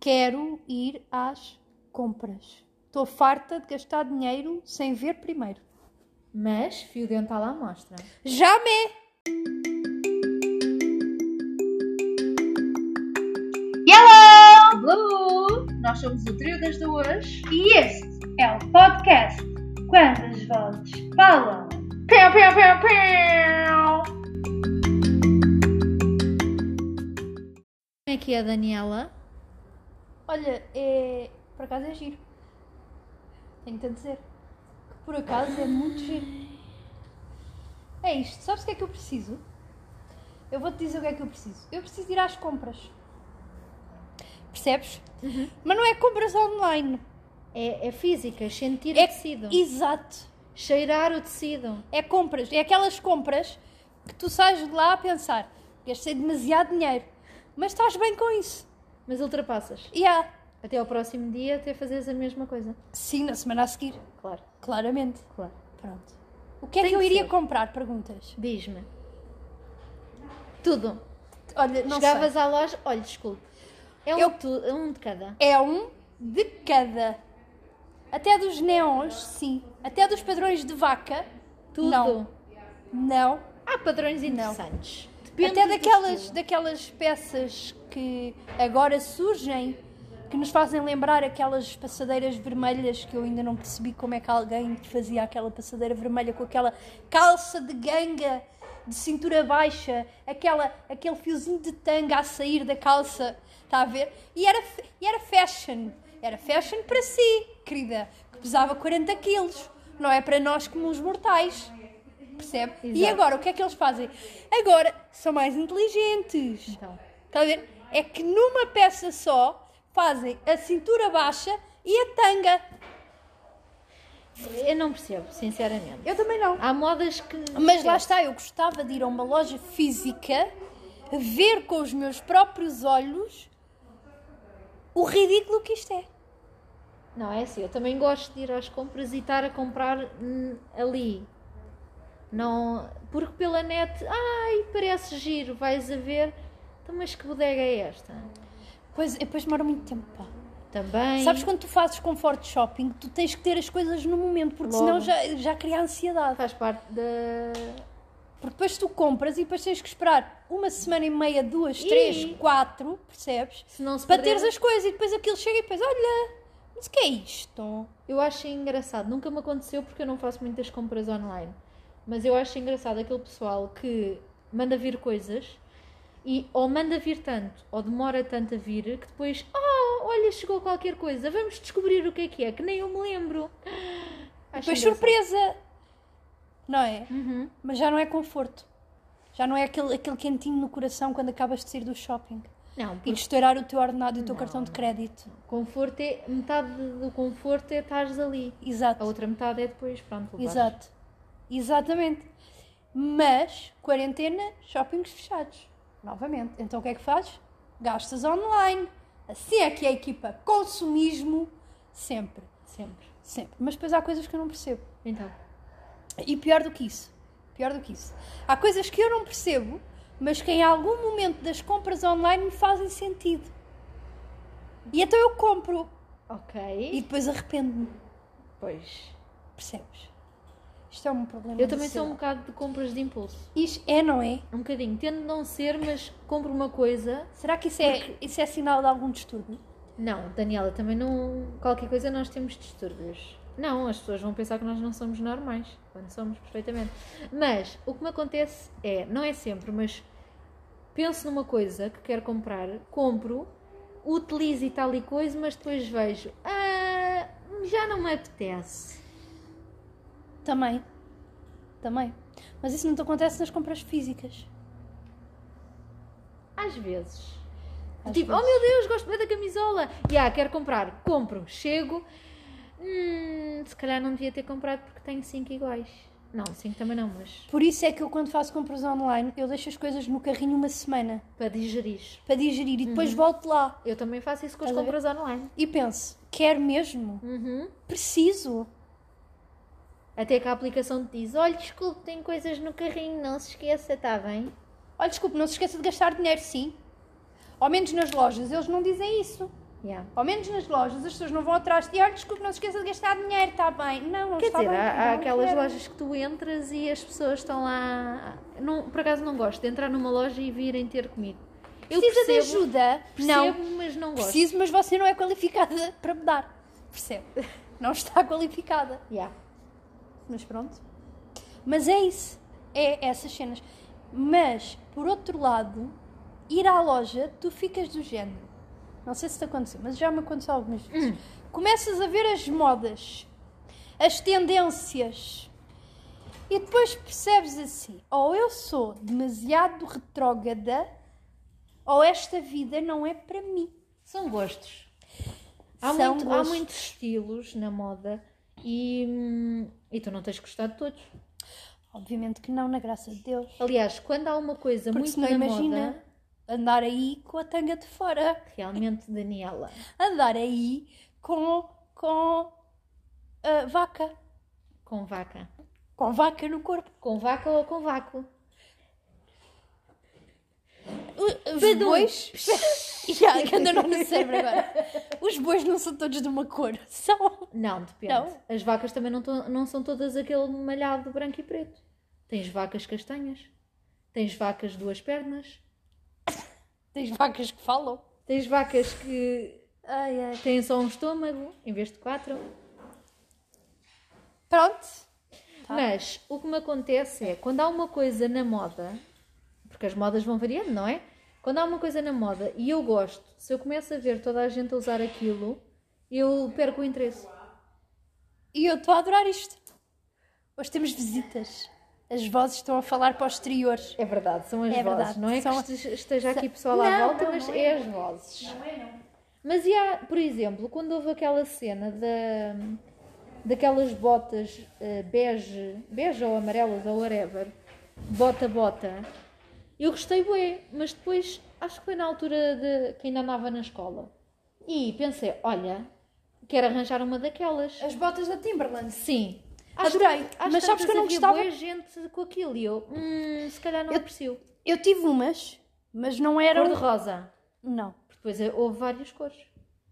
Quero ir às compras. Estou farta de gastar dinheiro sem ver primeiro. Mas fio dental à mostra. Já me! Alô! Nós somos o Trio das Duas e este é o podcast Quando as Vozes Falam. Piu, piu, piu, piu. Como é que é, Daniela? Olha, é. Por acaso é giro. Tenho-te a dizer. Que por acaso é muito giro. É isto. Sabes o que é que eu preciso? Eu vou-te dizer o que é que eu preciso. Eu preciso ir às compras. Percebes? Mas não é compras online. É, é física, sentir É- o tecido. Exato. Cheirar o tecido. É compras. É aquelas compras que tu sais de lá a pensar. Gastei demasiado dinheiro. Mas estás bem com isso. Mas ultrapassas. E há. Até ao próximo dia, até fazeres a mesma coisa. Sim, na semana a seguir. Claro, Claramente. claro. Pronto. O que é Tem que eu que iria ser. comprar? Perguntas. Diz-me. Tudo. Olha, não Chegavas sei. à loja, olha, desculpe. É um, Eu- de tu- é um de cada. É um de cada. Até dos neons, sim. Até dos padrões de vaca. Tudo. Não. Não. Há padrões interessantes. Até do daquelas, estilo. daquelas peças que agora surgem, que nos fazem lembrar aquelas passadeiras vermelhas que eu ainda não percebi como é que alguém fazia aquela passadeira vermelha com aquela calça de ganga de cintura baixa, aquela, aquele fiozinho de tanga a sair da calça, está a ver? E era, f- e era fashion, era fashion para si, querida, que pesava 40 quilos, não é para nós como os mortais. Percebe? E Exato. agora, o que é que eles fazem? Agora são mais inteligentes. Então. Está a ver? É que numa peça só fazem a cintura baixa e a tanga. Eu não percebo, sinceramente. Eu também não. Há modas que. Mas lá está, eu gostava de ir a uma loja física, ver com os meus próprios olhos o ridículo que isto é. Não, é assim, eu também gosto de ir às compras e estar a comprar hum, ali. Não, porque pela net, ai, parece giro, vais a ver, então, mas que bodega é esta? Pois, depois demora muito tempo, pá. Também. Sabes quando tu fazes conforto shopping, tu tens que ter as coisas no momento, porque Logo. senão já, já cria ansiedade. faz parte da. Porque depois tu compras e depois tens que esperar uma semana e meia, duas, Ih. três, quatro, percebes? Se não se Para perder- teres as coisas e depois aquilo chega e depois, olha, mas o que é isto? Eu acho engraçado, nunca me aconteceu porque eu não faço muitas compras online, mas eu acho engraçado aquele pessoal que manda vir coisas e ou manda vir tanto ou demora tanto a vir que depois, oh, olha, chegou qualquer coisa, vamos descobrir o que é que é, que nem eu me lembro. Acho Depois engraçado. surpresa, não é? Uhum. Mas já não é conforto. Já não é aquele, aquele quentinho no coração quando acabas de sair do shopping Não, e porque de estourar o teu ordenado e o teu cartão de crédito. Tipo, conforto é, metade do conforto é estares ali, a Exato. outra metade é depois, pronto, levares. Exato. Exatamente. Mas, quarentena, shoppings fechados. Novamente. Então o que é que fazes? Gastas online. Assim é que é a equipa consumismo sempre. Sempre. Sempre. Mas depois há coisas que eu não percebo. Então, E pior do que isso, pior do que isso, há coisas que eu não percebo, mas que em algum momento das compras online me fazem sentido. E então eu compro ok. e depois arrependo-me, Pois. percebes? Isto é um problema. Eu de também sou um ansiedade. bocado de compras de impulso. Isto é, não é? Um bocadinho. Tendo não ser, mas compro uma coisa. Será que isso é, isso é sinal de algum distúrbio? Não, Daniela, também não. Qualquer coisa nós temos distúrbios. Não, as pessoas vão pensar que nós não somos normais. Quando somos, perfeitamente. Mas o que me acontece é, não é sempre, mas penso numa coisa que quero comprar, compro, utilizo e tal e coisa, mas depois vejo. Ah, já não me apetece. Também. Também. Mas isso não te acontece nas compras físicas. Às vezes. Às tipo, oh meu Deus, gosto bem da camisola. E ah, quero comprar. Compro. Chego. Hum, se calhar não devia ter comprado porque tenho cinco iguais. Não, cinco também não, mas Por isso é que eu, quando faço compras online, eu deixo as coisas no carrinho uma semana para digerir. para digerir e depois volto lá Eu também faço isso com as Estás a compras online. e penso: quero mesmo? Uhum. Preciso. Até que a aplicação te diz: olha, desculpe, tem coisas no carrinho, não se esqueça, está bem? Olha, desculpe, não se esqueça de gastar dinheiro, sim. Ao menos nas lojas, eles não dizem isso. Yeah. Ao menos nas lojas, as pessoas não vão atrás de ti. Olha, desculpe, não se esqueça de gastar dinheiro, está bem. Não, não Quer está dizer, tá bem. há, não há aquelas quero. lojas que tu entras e as pessoas estão lá. Não, por acaso não gosto de entrar numa loja e virem ter comigo. Eu Precisa de percebo, ajuda? Percebo, não. mas não gosto. Preciso, mas você não é qualificada para me dar. Percebe? Não está qualificada. Yeah. Mas pronto. Mas é isso. É essas cenas. Mas, por outro lado, ir à loja, tu ficas do género. Não sei se te aconteceu, mas já me aconteceu algumas vezes. Começas a ver as modas, as tendências. E depois percebes assim: ou eu sou demasiado retrógrada, ou esta vida não é para mim. São gostos. Há, São muito- há gostos. muitos estilos na moda e, hum, e tu não tens gostado de todos. Obviamente que não, na graça de Deus. Aliás, quando há uma coisa Porque muito senão na imagina moda, andar aí com a tanga de fora. realmente, Daniela, andar aí com, com ah, vaca. com vaca. Com vaca no corpo. Com vaca ou com vácuo? Uh, Os bois. Já, que andou no cérebro agora. Os bois não são todos de uma cor. São. Não, depende. Não? As vacas também não, tão- não são todas aquele malhado branco e preto. Tens vacas castanhas, tens vacas de duas pernas, Tens vacas que falam. tens vacas que Ai, ai. têm só um estômago em vez de quatro. Pronto. Tá Mas o que me acontece é quando há uma coisa na moda, porque as modas vão variando, não é? Quando há uma coisa na moda e eu gosto, se eu começo a ver toda a gente a usar aquilo, eu perco o interesse. E eu estou a adorar isto. Hoje temos visitas. As vozes estão a falar para o exterior. É verdade, são as É vozes. verdade, Não é são- que este- esteja aqui pessoal à Não, volta, não, mas não é. é. as vozes. Mas e há, por exemplo, quando houve aquela cena da, daquelas botas eh, bege, bege ou amarelas ou whatever, bota-bota, eu gostei bué, mas depois acho que foi na altura de, que ainda andava na escola. E pensei, olha, quero arranjar uma daquelas. As botas da Timberland. Sim. Adorei, tant- às mas sabes tantas que eu não havia gostava- bué gente com aquilo e eu, hum, se calhar não Eu- aprecio. Eu tive umas, mas não eram. Cor de rosa. Não. Porque depois eh, houve várias cores.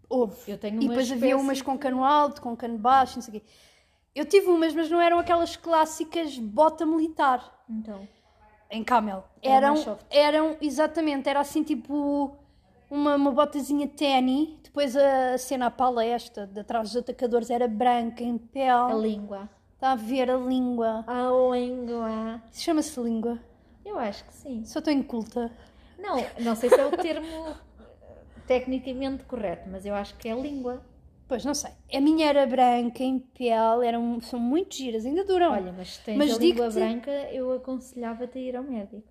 Houve. Eu tenho e uma depois havia espécie umas com cano alto, com cano baixo, não sei o quê. Eu tive umas, mas não eram aquelas clássicas bota militar Então. em camel. Era Eram, É mais soft. eram exatamente, era assim tipo uma, uma botazinha tênis. Depois a cena à palestra, de atrás dos atacadores, era branca, em A pele. língua. Está a ver a língua. A língua. Isso Chama-se língua. Eu acho que sim. Só estou inculta. Não, não sei se é o termo eh, tecnicamente correto, mas eu acho que é língua. Pois, não sei. A minha era branca, em pele, eram, são muito giras, ainda duram. Olha, mas se tens Mas a língua digo-te- branca, eu aconselhava-te a ir ao médico.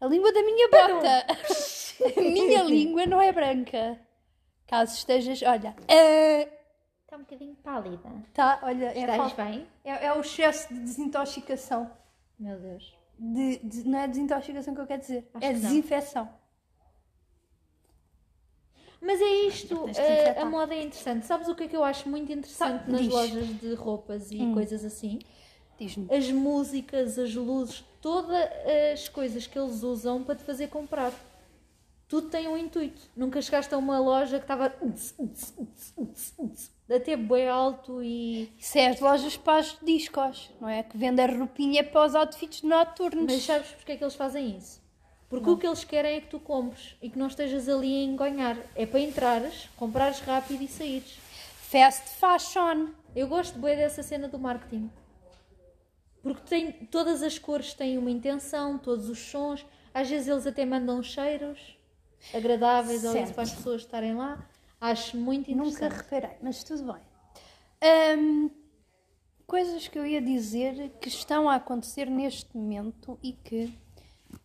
A língua da minha bota. Então. a minha língua não é branca. Caso estejas. Olha. É, Está um bocadinho pálida. tá, olha. É, Estás falta- bem? é, é o excesso de desintoxicação. Meu Deus. De, de- não é desintoxicação que eu quero dizer. Acho é que não. desinfecção. Mas é isto, Tens que eh, a, desinfetar. moda é interessante. Sabes o que é que eu acho muito interessante nas diz. lojas de roupas e coisas assim? Diz-me. as músicas, as luzes, todas as coisas que eles usam para te fazer comprar. Tudo tem um intuito. Nunca chegaste a uma loja que estava até bem alto e. Isso é as lojas para as discos, não é? Que vendem a roupinha para os outfits noturnos. Mas sabes porque é que eles fazem isso? Porque o que eles querem é que tu compres e que não estejas ali a enganhar. É para entrares, comprares rápido e saíres. Fast fashion. Eu gosto bem dessa cena do marketing. Porque tem, todas as cores têm uma intenção, todos os sons. Às vezes eles até mandam cheiros agradáveis ou isso Certo. para as pessoas estarem lá. Acho muito Nunca interessante. reparei, mas tudo bem. Ahm, coisas que eu ia dizer que estão a acontecer neste momento e que.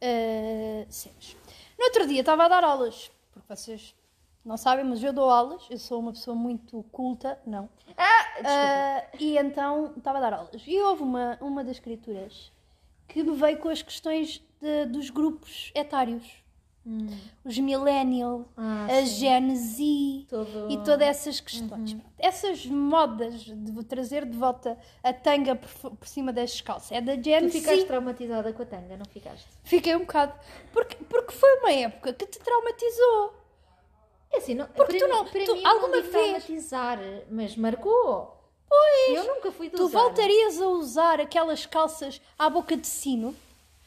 ah, cenas. No outro dia estava a dar aulas, porque vocês não sabem, mas eu dou aulas, eu sou uma pessoa muito culta, não. Ah, e então estava a dar aulas. E houve uma, uma das criaturas que me veio com as questões de- dos grupos etários. Hum. Os millennial, Ah, a sim. Gen Z Todo- Uhum. e todas essas questões. Pronto. Essas modas de vou trazer de volta a tanga por, fo- por cima das calças é da Gen Tu ficaste Z. traumatizada com a tanga, não ficaste? Fiquei um bocado. Porque, porque foi uma época que te traumatizou. É assim, não, Porque tu para não- mim, para tu mim alguma não digo vez- traumatizar, mas marcou. Pois! Eu nunca fui de Tu usar. voltarias a usar aquelas calças à boca de sino?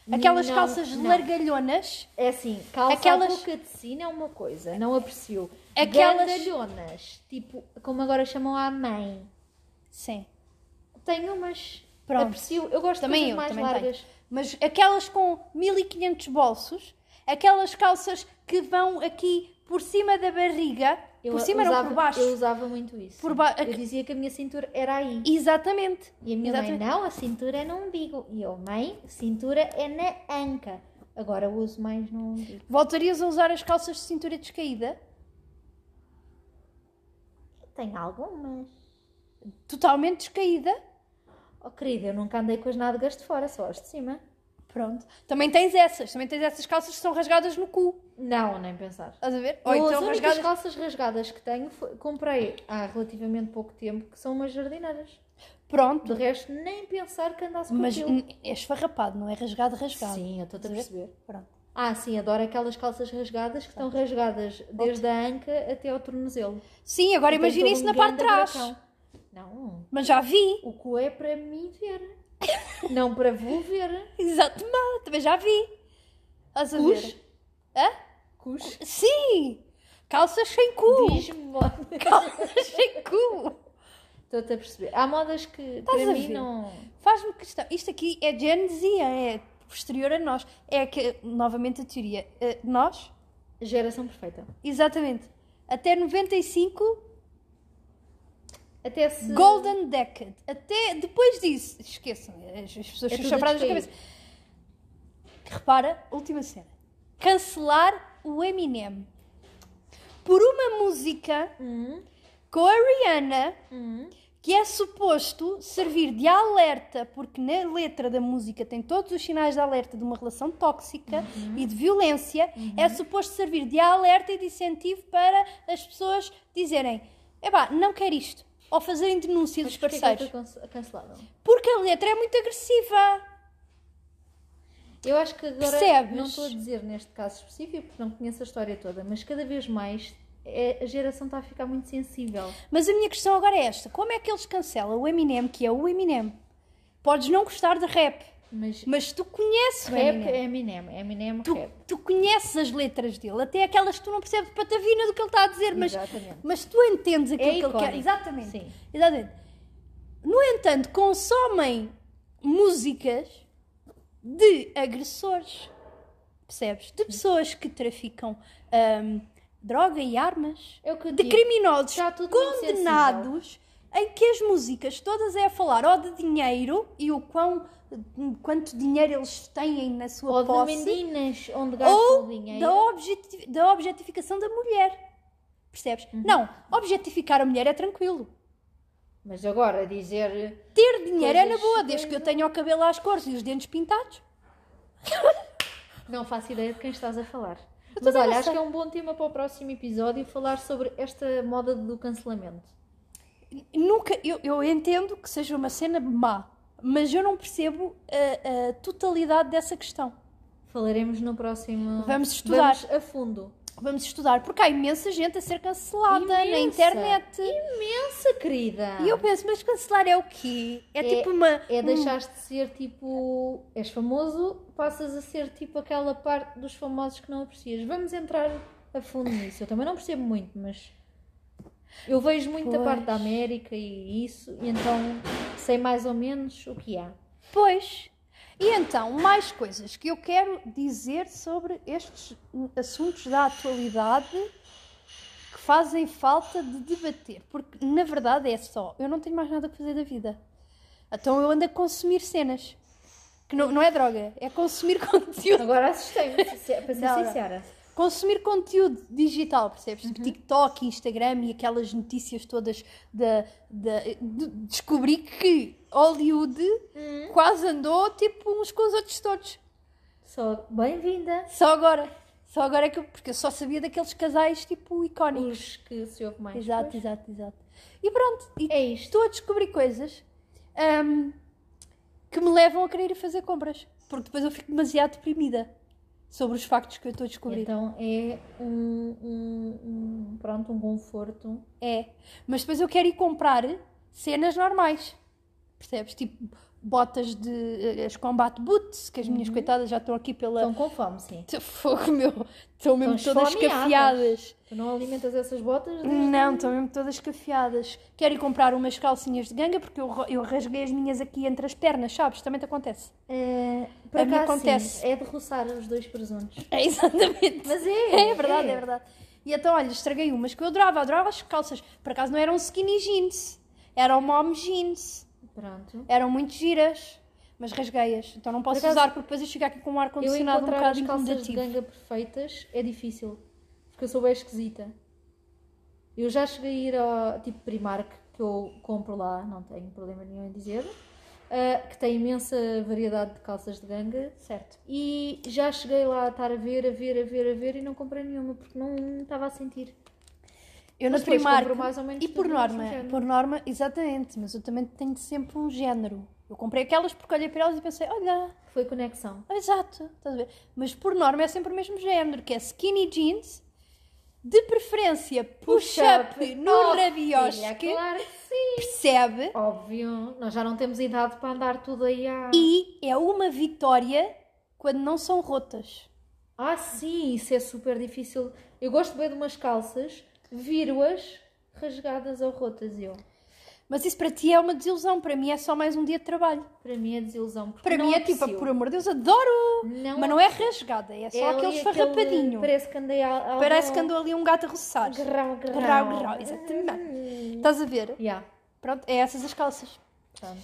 Aquelas Não, calças não. largalhonas? É assim, calça Aquelas- Aquelas... boca de sino é uma coisa, não aprecio. Aquelas- Gandalhonas, tipo, como agora chamam à mãe. Sim. Tenho umas, Pronto. aprecio. Eu gosto Também de coisas eu, mais também largas. tenho. Mas aquelas com 1500 bolsos, aquelas calças que vão aqui por cima da barriga, Eu por cima usava, não, por baixo. Eu usava muito isso. Por ba- Eu dizia que a minha cintura era aí. Exatamente. E a minha Exatamente. mãe, não, a cintura é no umbigo. E eu, mãe, cintura é na anca. Agora eu uso mais no umbigo. Voltarias a usar as calças de cintura descaída? Tenho algumas. Totalmente descaída? Oh, querida, eu nunca andei com as nádegas de fora, só as de cima. Pronto. Também tens essas. Também tens essas calças que são rasgadas no cu. Não, nem pensar. Estás a ver? Ou Ou as então únicas rasgadas. calças rasgadas que tenho, foi- comprei há relativamente pouco tempo, que são umas jardineiras. Pronto. De resto, nem pensar que andasse com Hum. Mas aquilo. é n- é esfarrapado, não é rasgado, rasgado. Sim, eu estou-te a Estás perceber. Pronto. Ah, sim, adoro aquelas calças rasgadas que estão rasgadas desde a anca até ao tornozelo. Sim, agora Eu tenho imagina todo isso um na parte de grande trás. buracão. Não, Mas já vi. O cu é para mim ver. Não para vou ver. Exato, mal. Também já vi. Estás a Cus? ver? Hã? Cus. Sim! Calças sem cu! Diz-me logo. Calças sem cu! Estou-te a perceber. Há modas que Estás a para mim ver? não. Faz-me questão. Isto aqui é Gen Z, é posterior a nós. É que, novamente a teoria, eh, nós, Geração perfeita. exatamente, até 95 Até se. Golden Decade. Até depois disso, esqueçam, eh, as as pessoas É são tudo chafradas da descaído. cabeça. Repara, última cena. Cancelar o Eminem. Por uma música Hum, com a Rihanna, hum. que é suposto servir de alerta, porque na letra da música tem todos os sinais de alerta de uma relação tóxica e de violência, é suposto servir de alerta e de incentivo para as pessoas dizerem: epá, não quero isto. Ou fazerem denúncia Mas dos porquê que é que parceiros. canc- cancelaram? Porque a letra é muito agressiva. Eu acho que agora. Percebes? Não estou a dizer neste caso específico, porque não conheço a história toda, mas cada vez mais é- a geração está a ficar muito sensível. Mas a minha questão agora é esta: como é que eles cancelam o Eminem, que é o Eminem? Podes não gostar de rap, Mas. mas tu conheces o Rap Eminem. é Eminem, Eminem tu, rap. tu conheces as letras dele, até aquelas que tu não percebes patavina do que ele está a dizer, mas, Exatamente. mas tu entendes aquilo que ele quer. É icónico. Exatamente. Sim. Exatamente. No entanto, consomem músicas de agressores, percebes? De pessoas que traficam ahm, droga e armas, É o que eu de digo. criminosos Está tudo muito condenados, em que as músicas todas é a falar ou de dinheiro e o quão quanto dinheiro eles têm na sua Ou de posse meninas onde gastam o ou dinheiro. da, objeti- da objetificação da mulher. Percebes? Uhum. Não, objetificar a mulher é tranquilo. Mas agora dizer. Ter dinheiro é na Coisas boa, desde que eu coisas- tenha o cabelo às cores e os dentes pintados. Não faço ideia de quem estás a falar. Mas também olha, não acho sei. que é um bom tema para o próximo episódio falar sobre esta moda do cancelamento. Nunca, eu, eu entendo que seja uma cena má, mas eu não percebo a, a totalidade dessa questão. Falaremos no próximo. Vamos estudar. Vamos a fundo. Vamos estudar, porque há imensa gente a ser cancelada na Imensa. internet. Imensa, querida! E eu penso, mas cancelar é o quê? É, tipo uma. É um- deixaste de ser tipo. És famoso, passas a ser tipo aquela parte dos famosos que não aprecias. Vamos entrar a fundo nisso. Eu também não percebo muito, mas. Eu vejo muito a parte da Pois. América e isso, e então sei mais ou menos o que há. Pois. E então, mais coisas que eu quero dizer sobre estes hum, assuntos da atualidade que fazem falta de debater. Porque, na verdade, é só. Eu não tenho mais nada a fazer da vida. Então eu ando a consumir cenas. Que não, não é droga, é consumir conteúdo. Agora assustei-me, para ser para ser Não, não. sincera. Consumir conteúdo digital, percebes? Uhum. Tipo TikTok, Instagram e aquelas notícias todas da. da- de- descobri que Hollywood Uhum. quase andou tipo uns com os outros todos. Só bem-vinda. Só agora. Só agora é que eu. Porque eu só sabia daqueles casais tipo icónicos. Os que se ouve mais. exato, exato, exato. E pronto. E É isto. estou a descobrir coisas hum, ahm, que me levam a querer ir fazer compras. Porque depois eu fico demasiado deprimida. sobre os factos que eu estou a descobrir. Então é um, um- um- pronto, um conforto. É. Mas depois eu quero ir comprar cenas normais. Percebes? Tipo botas de. eh, as combat boots, que as minhas coitadas já estão aqui pela. Estão com fome, sim. T- Fogo meu, estão mesmo Estão todas esfomeadas. escafiadas. Hum. Tu não alimentas essas botas? desde- Não, estão mesmo todas escafiadas. Quero ir comprar umas calcinhas de ganga porque eu, ro- eu rasguei as minhas aqui entre as pernas, sabes? Também te acontece. Eh, por A mim acaso, sim, acontece. é de roçar os dois presuntos. É exatamente. Mas é, É verdade, é. é verdade. E então, olha, estraguei umas que eu adorava, adorava as calças. Por acaso não eram skinny jeans, eram mom jeans. Pronto. Eram muito giras, mas rasguei-as. Então não posso Por acaso, usar porque depois eu chego aqui com um Eu ar-condicionado um encontrar bocado as calças de incomodativo. ganga perfeitas é difícil, porque eu sou bem esquisita. Eu já cheguei a ir ao tipo Primark, que eu compro lá, não tenho problema nenhum em dizer, ah, que tem imensa variedade de calças de ganga, Certo. e já cheguei lá a estar a ver, a ver, a ver, a ver, e não comprei nenhuma, porque não estava a sentir. Eu Mas na depois Primark, compro mais ou menos e por tudo do mesmo norma, género. por norma, exatamente, mas eu também tenho sempre um género. Eu comprei aquelas porque olhei para elas e pensei, olha, é Foi conexão. exato, estás a ver? Mas por norma é sempre o mesmo género, que é skinny jeans, de preferência push-up no Oh, filha, rabiosque, Claro que sim. percebe? Óbvio, nós já não temos idade para andar tudo aí a... E é uma vitória quando não são rotas. Ah, sim, isso é super difícil. Eu gosto bem de umas calças, viro-as rasgadas ou rotas. Eu. Mas isso para ti é uma desilusão, para mim é só mais um dia de trabalho. Para mim é desilusão. Porque Para não mim é tipo, aprecio. por amor de Deus, adoro! Não, Mas não é rasgada, é só ali aquele esfarrapadinho. Parece que andei a. a- Parece que andou ali um gato a roçar. Grau, grau. Grau, grau, exatamente. Hum. Estás a ver? Yeah, Pronto, é essas as calças. pronto.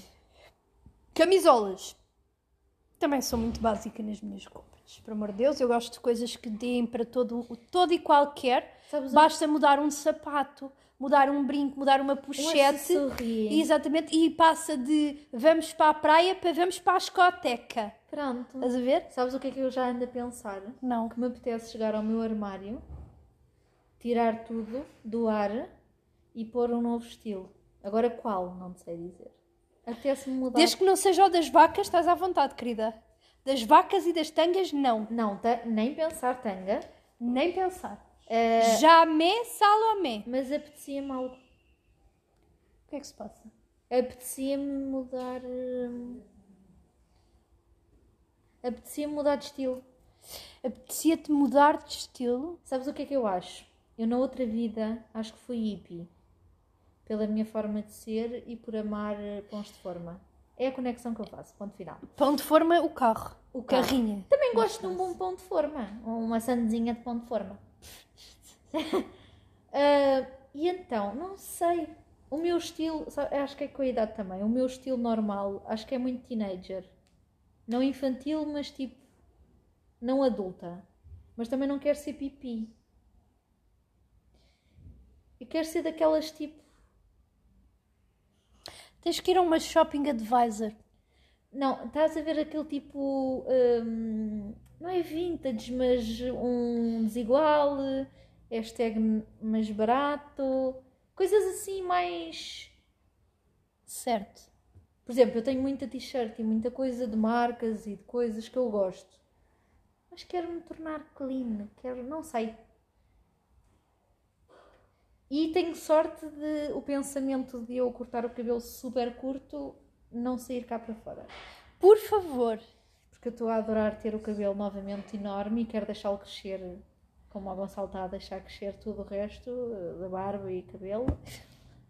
Camisolas. Também sou muito básica nas minhas compras. Por amor de Deus, eu gosto de coisas que deem para todo, o- todo e qualquer. Sabes, Basta mudar um sapato, mudar um brinco, mudar uma um pochete. acessório. Exatamente, e passa de vamos para a praia para vamos para a discoteca. Pronto. Estás a ver? Sabes o que é que eu já ando a pensar? Não. que me apetece chegar ao meu armário, tirar tudo, doar e pôr um novo estilo. Agora qual? Não sei dizer. Apetece-me mudar. Desde que não seja o das vacas, estás à vontade, querida. Das vacas e das tangas, não. Não, ta- nem pensar tanga, Nem pensar. Eh, Jamais Salomé. mas apetecia-me algo. O que é que se passa? Apetecia-me mudar. hum, Apetecia-me mudar de estilo. Apetecia-te mudar de estilo? Sabes o que é que eu acho? Eu na outra vida acho que fui hippie. Pela minha forma de ser e por amar eh, pons de forma. É a conexão que eu faço, ponto final. Pão de forma, o carro. O O carro. carrinho. Também gosto de um bom pão de forma. Uma sandezinha de pão de forma. Ah, e então, não sei. O meu estilo, sa- acho que é com a idade também. O meu estilo normal, acho que é muito teenager. Não infantil, mas tipo. Não adulta. Mas também não quero ser pipi. Eu quero ser daquelas tipo. Tens que ir a uma shopping advisor. Não, estás a ver aquele tipo. hum, não é vintage, mas um desigual, hashtag mais barato, coisas assim mais. Certo. Por exemplo, eu tenho muita t-shirt e muita coisa de marcas e de coisas que eu gosto, mas quero me tornar clean, quero. não sei. E tenho sorte de o pensamento de eu cortar o cabelo super curto não sair cá para fora. Por favor. Porque eu estou a adorar ter o cabelo novamente enorme e quero deixá-lo crescer, como a Gonçalo está a deixar crescer tudo o resto, eh, da barba e cabelo.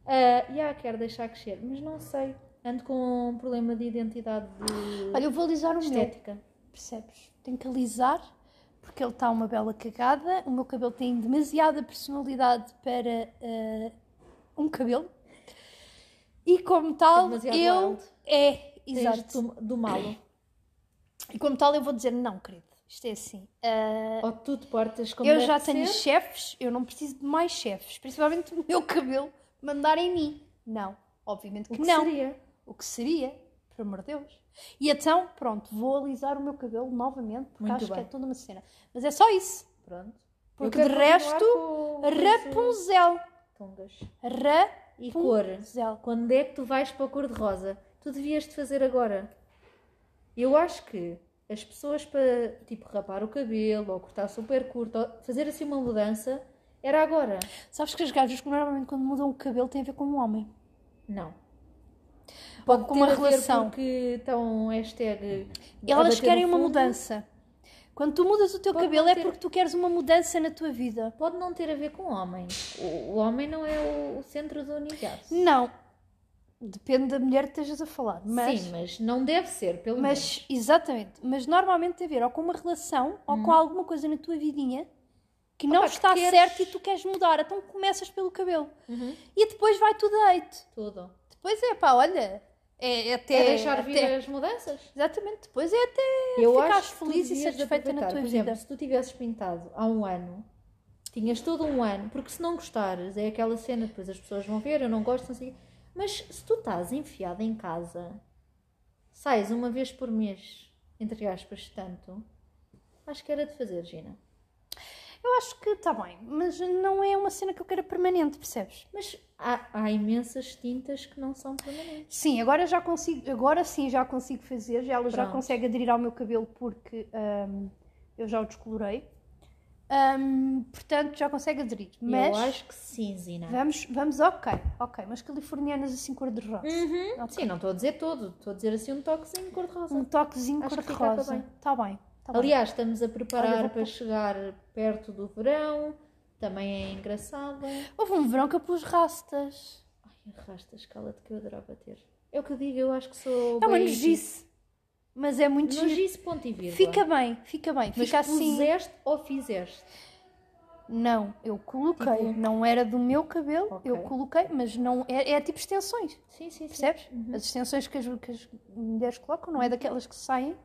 Ah, e ah, quero deixar crescer, mas não sei. Ando com um problema de identidade de Olha, eu vou alisar o Ah, meu. estética. é, Percebes? Tenho que alisar porque ele está uma bela cagada. O meu cabelo tem demasiada personalidade para eh, um cabelo. E como É tal, demasiado eu. wild. É, Tens exato. do, do malo. E como tal, eu vou dizer: não, querido, isto é assim. Eh, Ou tu te portas como eu deve já tenho ser, chefes, eu não preciso de mais chefes. Principalmente o meu cabelo mandar em mim. Não, obviamente o que, que não. seria. O que seria, por amor de Deus. E então, pronto, vou alisar o meu cabelo novamente, porque Muito acho bem. que é toda uma cena. Mas é só isso. Pronto. Eu Porque quero de continuar resto, com- com isso- Rapunzel. Tungas. Rapunzel. E cor. Quando é que tu vais para a cor de rosa? Tu devias te fazer agora. Eu acho que as pessoas para, tipo, rapar o cabelo ou cortar super curto, ou fazer assim uma mudança, era agora. Sabes que as gajas que normalmente quando mudam o cabelo tem a ver com um homem. Não. Ou com uma Ter a ver relação. Porque estão hashtag. a Elas bater no querem uma fundo. mudança. Quando tu mudas o teu Pode cabelo não é ter- porque tu queres uma mudança na tua vida. Pode não ter a ver com homem. O, o homem não é o, o centro do universo. Não. Depende da mulher que estejas a falar. Mas, Sim, mas não deve ser, pelo menos. mas exatamente. Mas normalmente tem a ver ou com uma relação ou com alguma coisa na tua vidinha que não Uhum. Opa, que está queres- certo e tu queres mudar. Então começas pelo cabelo. Uhum. E depois vai tudo a eito. Tudo. Depois é pá, olha. É, é até. É deixar vir até- as mudanças. Exatamente. Depois é até. Eu ficares acho que tu feliz e devias satisfeita na aproveitar. tua Por exemplo, vida. se tu tivesses pintado há um ano, tinhas todo um ano, porque se não gostares, é aquela cena, depois as pessoas vão ver, eu não gosto, não sei. o quê. Mas se tu estás enfiada em casa, sais uma vez por mês, entre aspas, tanto, acho que era de fazer, Gina. Eu acho que está bem, mas não é uma cena que eu quero permanente, percebes? Mas há, há imensas tintas que não são permanentes. Sim, agora já consigo, agora sim já consigo fazer, já ela já Pronto. consegue aderir ao meu cabelo porque hum, eu já o descolorei. Hum, portanto, já consegue aderir. Mas Eu acho que sim, Zina. vamos, vamos, ok, ok, mas californianas assim cor de rosa. Uhum. Sim, não estou a dizer tudo, estou a dizer assim um toquezinho cor-de-rosa. Um toquezinho Acho cor que de ficava rosa. bem. Está bem. Tá bem. Aliás, estamos a preparar Olha, vou para pôr. chegar perto do verão, também é engraçado. Houve um verão que eu pus rastas. Ai, arrastas, cala-te que eu adorava ter. É o que eu digo, eu acho que sou. É uma bem- nojice, mas é muito giro. Nojice, ponto e vírgula. Fica bem, fica bem, Mas fica assim. puseste ou fizeste? Não, eu coloquei. Tipo- Não era do meu cabelo, Ok. eu coloquei, mas não é, é tipo extensões, Sim, sim, sim. percebes? As extensões que as, que as mulheres colocam não é daquelas que saem,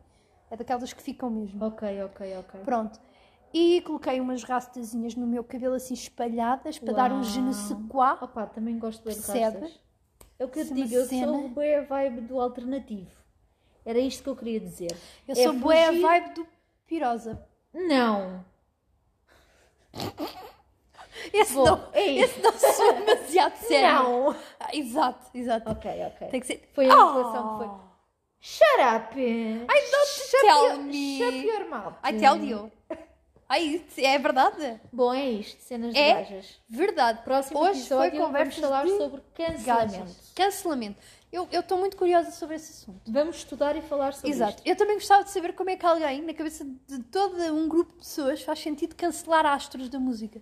é daquelas que ficam mesmo. Ok, ok, ok. Pronto. E coloquei umas rastazinhas no meu cabelo assim espalhadas para dar um Uau. je ne sais quoi. Opa, também gosto bem de Percebe? rastas. É o que eu Isso te é uma digo, eu sou cena. bué a vibe do alternativo. Era isto que eu queria dizer. Eu É sou bué a fugir- vibe do Pirosa. Não! Esse Vou- não, Ei. esse não é sou demasiado sério. Não! Ah, exato, exato. Ok, ok. Tem que ser. Foi a inflação que foi. Oh. Shut up! Ai, don't tell me. Shut your mouth. I tell you. Ai, é verdade? Bom, é isto. Cenas de É? gajas. Verdade. Próximo Hoje foi episódio vamos conversas falar de sobre cancelamento. Gajas. Cancelamento. Eu eu estou muito curiosa sobre esse assunto. Vamos estudar e falar sobre Exato. isto. Eu também gostava de saber como é que alguém, na cabeça de todo um grupo de pessoas, faz sentido cancelar astros da música.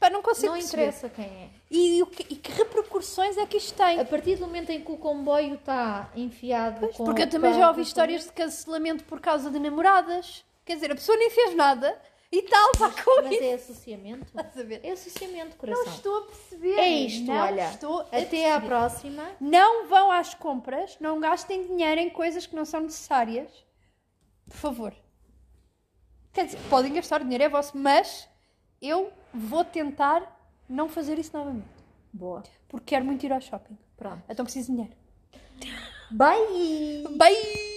Pá, não consigo Não perceber. interessa quem é. E, o que, e que repercussões é que isto A tem? partir do momento em que o comboio está enfiado com Porque eu também com- já ouvi histórias de cancelamento por causa de namoradas. Quer dizer, a pessoa nem fez nada e tal, vá com Mas isso. é associamento? Estás a ver? É associamento, Não coração. estou a perceber. É isto, não olha. Estou a Até à perceber. próxima. Não vão às compras, não gastem dinheiro em coisas que não são necessárias. Por favor. Quer dizer, podem gastar dinheiro, é vosso, mas eu vou tentar não fazer isso novamente. Boa. Porque quero muito ir ao shopping. Pronto. Então preciso de dinheiro. Bye! Bye!